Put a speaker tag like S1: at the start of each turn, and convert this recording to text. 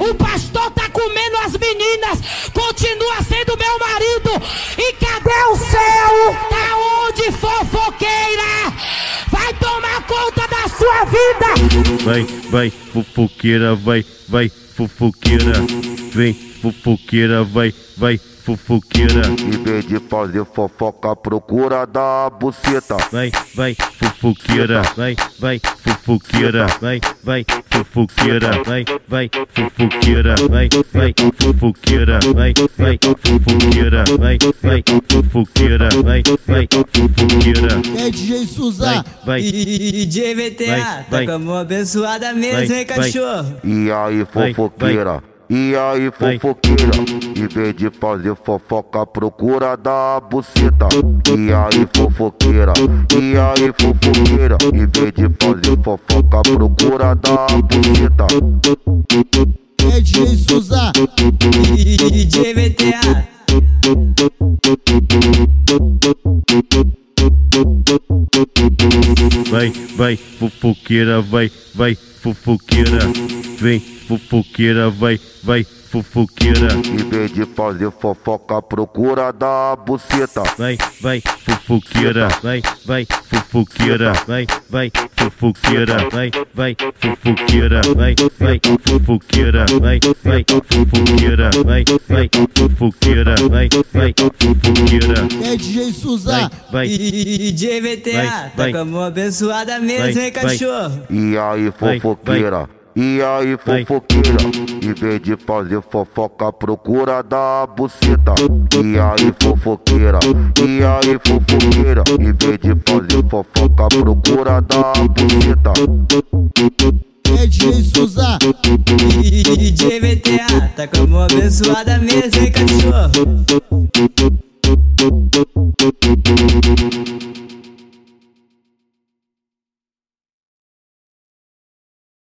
S1: O pastor tá comendo as meninas, continua sendo meu marido. E cadê o seu? Tá onde fofoqueira? Vai tomar conta da sua vida.
S2: Vai, vai, fofoqueira, vai, vai, fofoqueira. Vem, fofoqueira, vai, vai, fofoqueira.
S3: Em vez de fazer fofoca, procura da buceta.
S2: Vai, vai, fofoqueira, vai, vai, fofoqueira, vai, vai, fofoqueira, vai, vai, fofoqueira, vai, vai, fofoqueira, vai, vai, fofoqueira, vai, vai, fofoqueira, vai, vai, fofoqueira.
S4: É DJ
S2: Vai,
S4: Suzá.
S2: vai,
S5: E DJ VTA,
S2: Vai, vai.
S5: tá com a mão abençoada mesmo,
S2: Vai,
S5: hein,
S2: vai.
S5: cachorro?
S3: E aí,
S2: Vai,
S3: fofoqueira? E aí,
S2: Vai.
S3: fofoqueira? Em vez de fazer fofoca, procura da buceta. E aí, fofoqueira? E aí, fofoqueira? Em vez de fazer fofoca, procura da buceta.
S4: É DJ Suzá.
S5: E DJ VTA.
S2: vai, vai, fofoqueira, vai, vai, fofoqueira. Vem, fofoqueira, vai, vai, fofoqueira.
S3: Em vez de fazer fofoca, procura da buceta.
S2: Vai, vai, fofoqueira, vai, vai, fofoqueira, vai, vai, fofoqueira, vai, vai, fofoqueira, vai, vai, fofoqueira, vai, vai, fofoqueira, vai, vai, fofoqueira, vai, vai, fofoqueira.
S4: É DJ
S2: Vai,
S4: Suzá.
S2: vai,
S5: E DJ
S2: Vai,
S5: VTA,
S2: vai.
S5: tá com a mão abençoada mesmo,
S2: Vai,
S5: hein,
S2: vai.
S5: cachorro?
S3: E aí,
S2: Vai,
S3: fofoqueira? E aí,
S2: Vai.
S3: fofoqueira? Em vez de fazer fofoca, procura da buceta. E aí, fofoqueira? E aí, fofoqueira? Em vez de fazer fofoca, procura da buceta.
S4: É DJ Suzá.
S5: E DJ VTA, tá com a mão abençoada mesmo, hein, cachorro?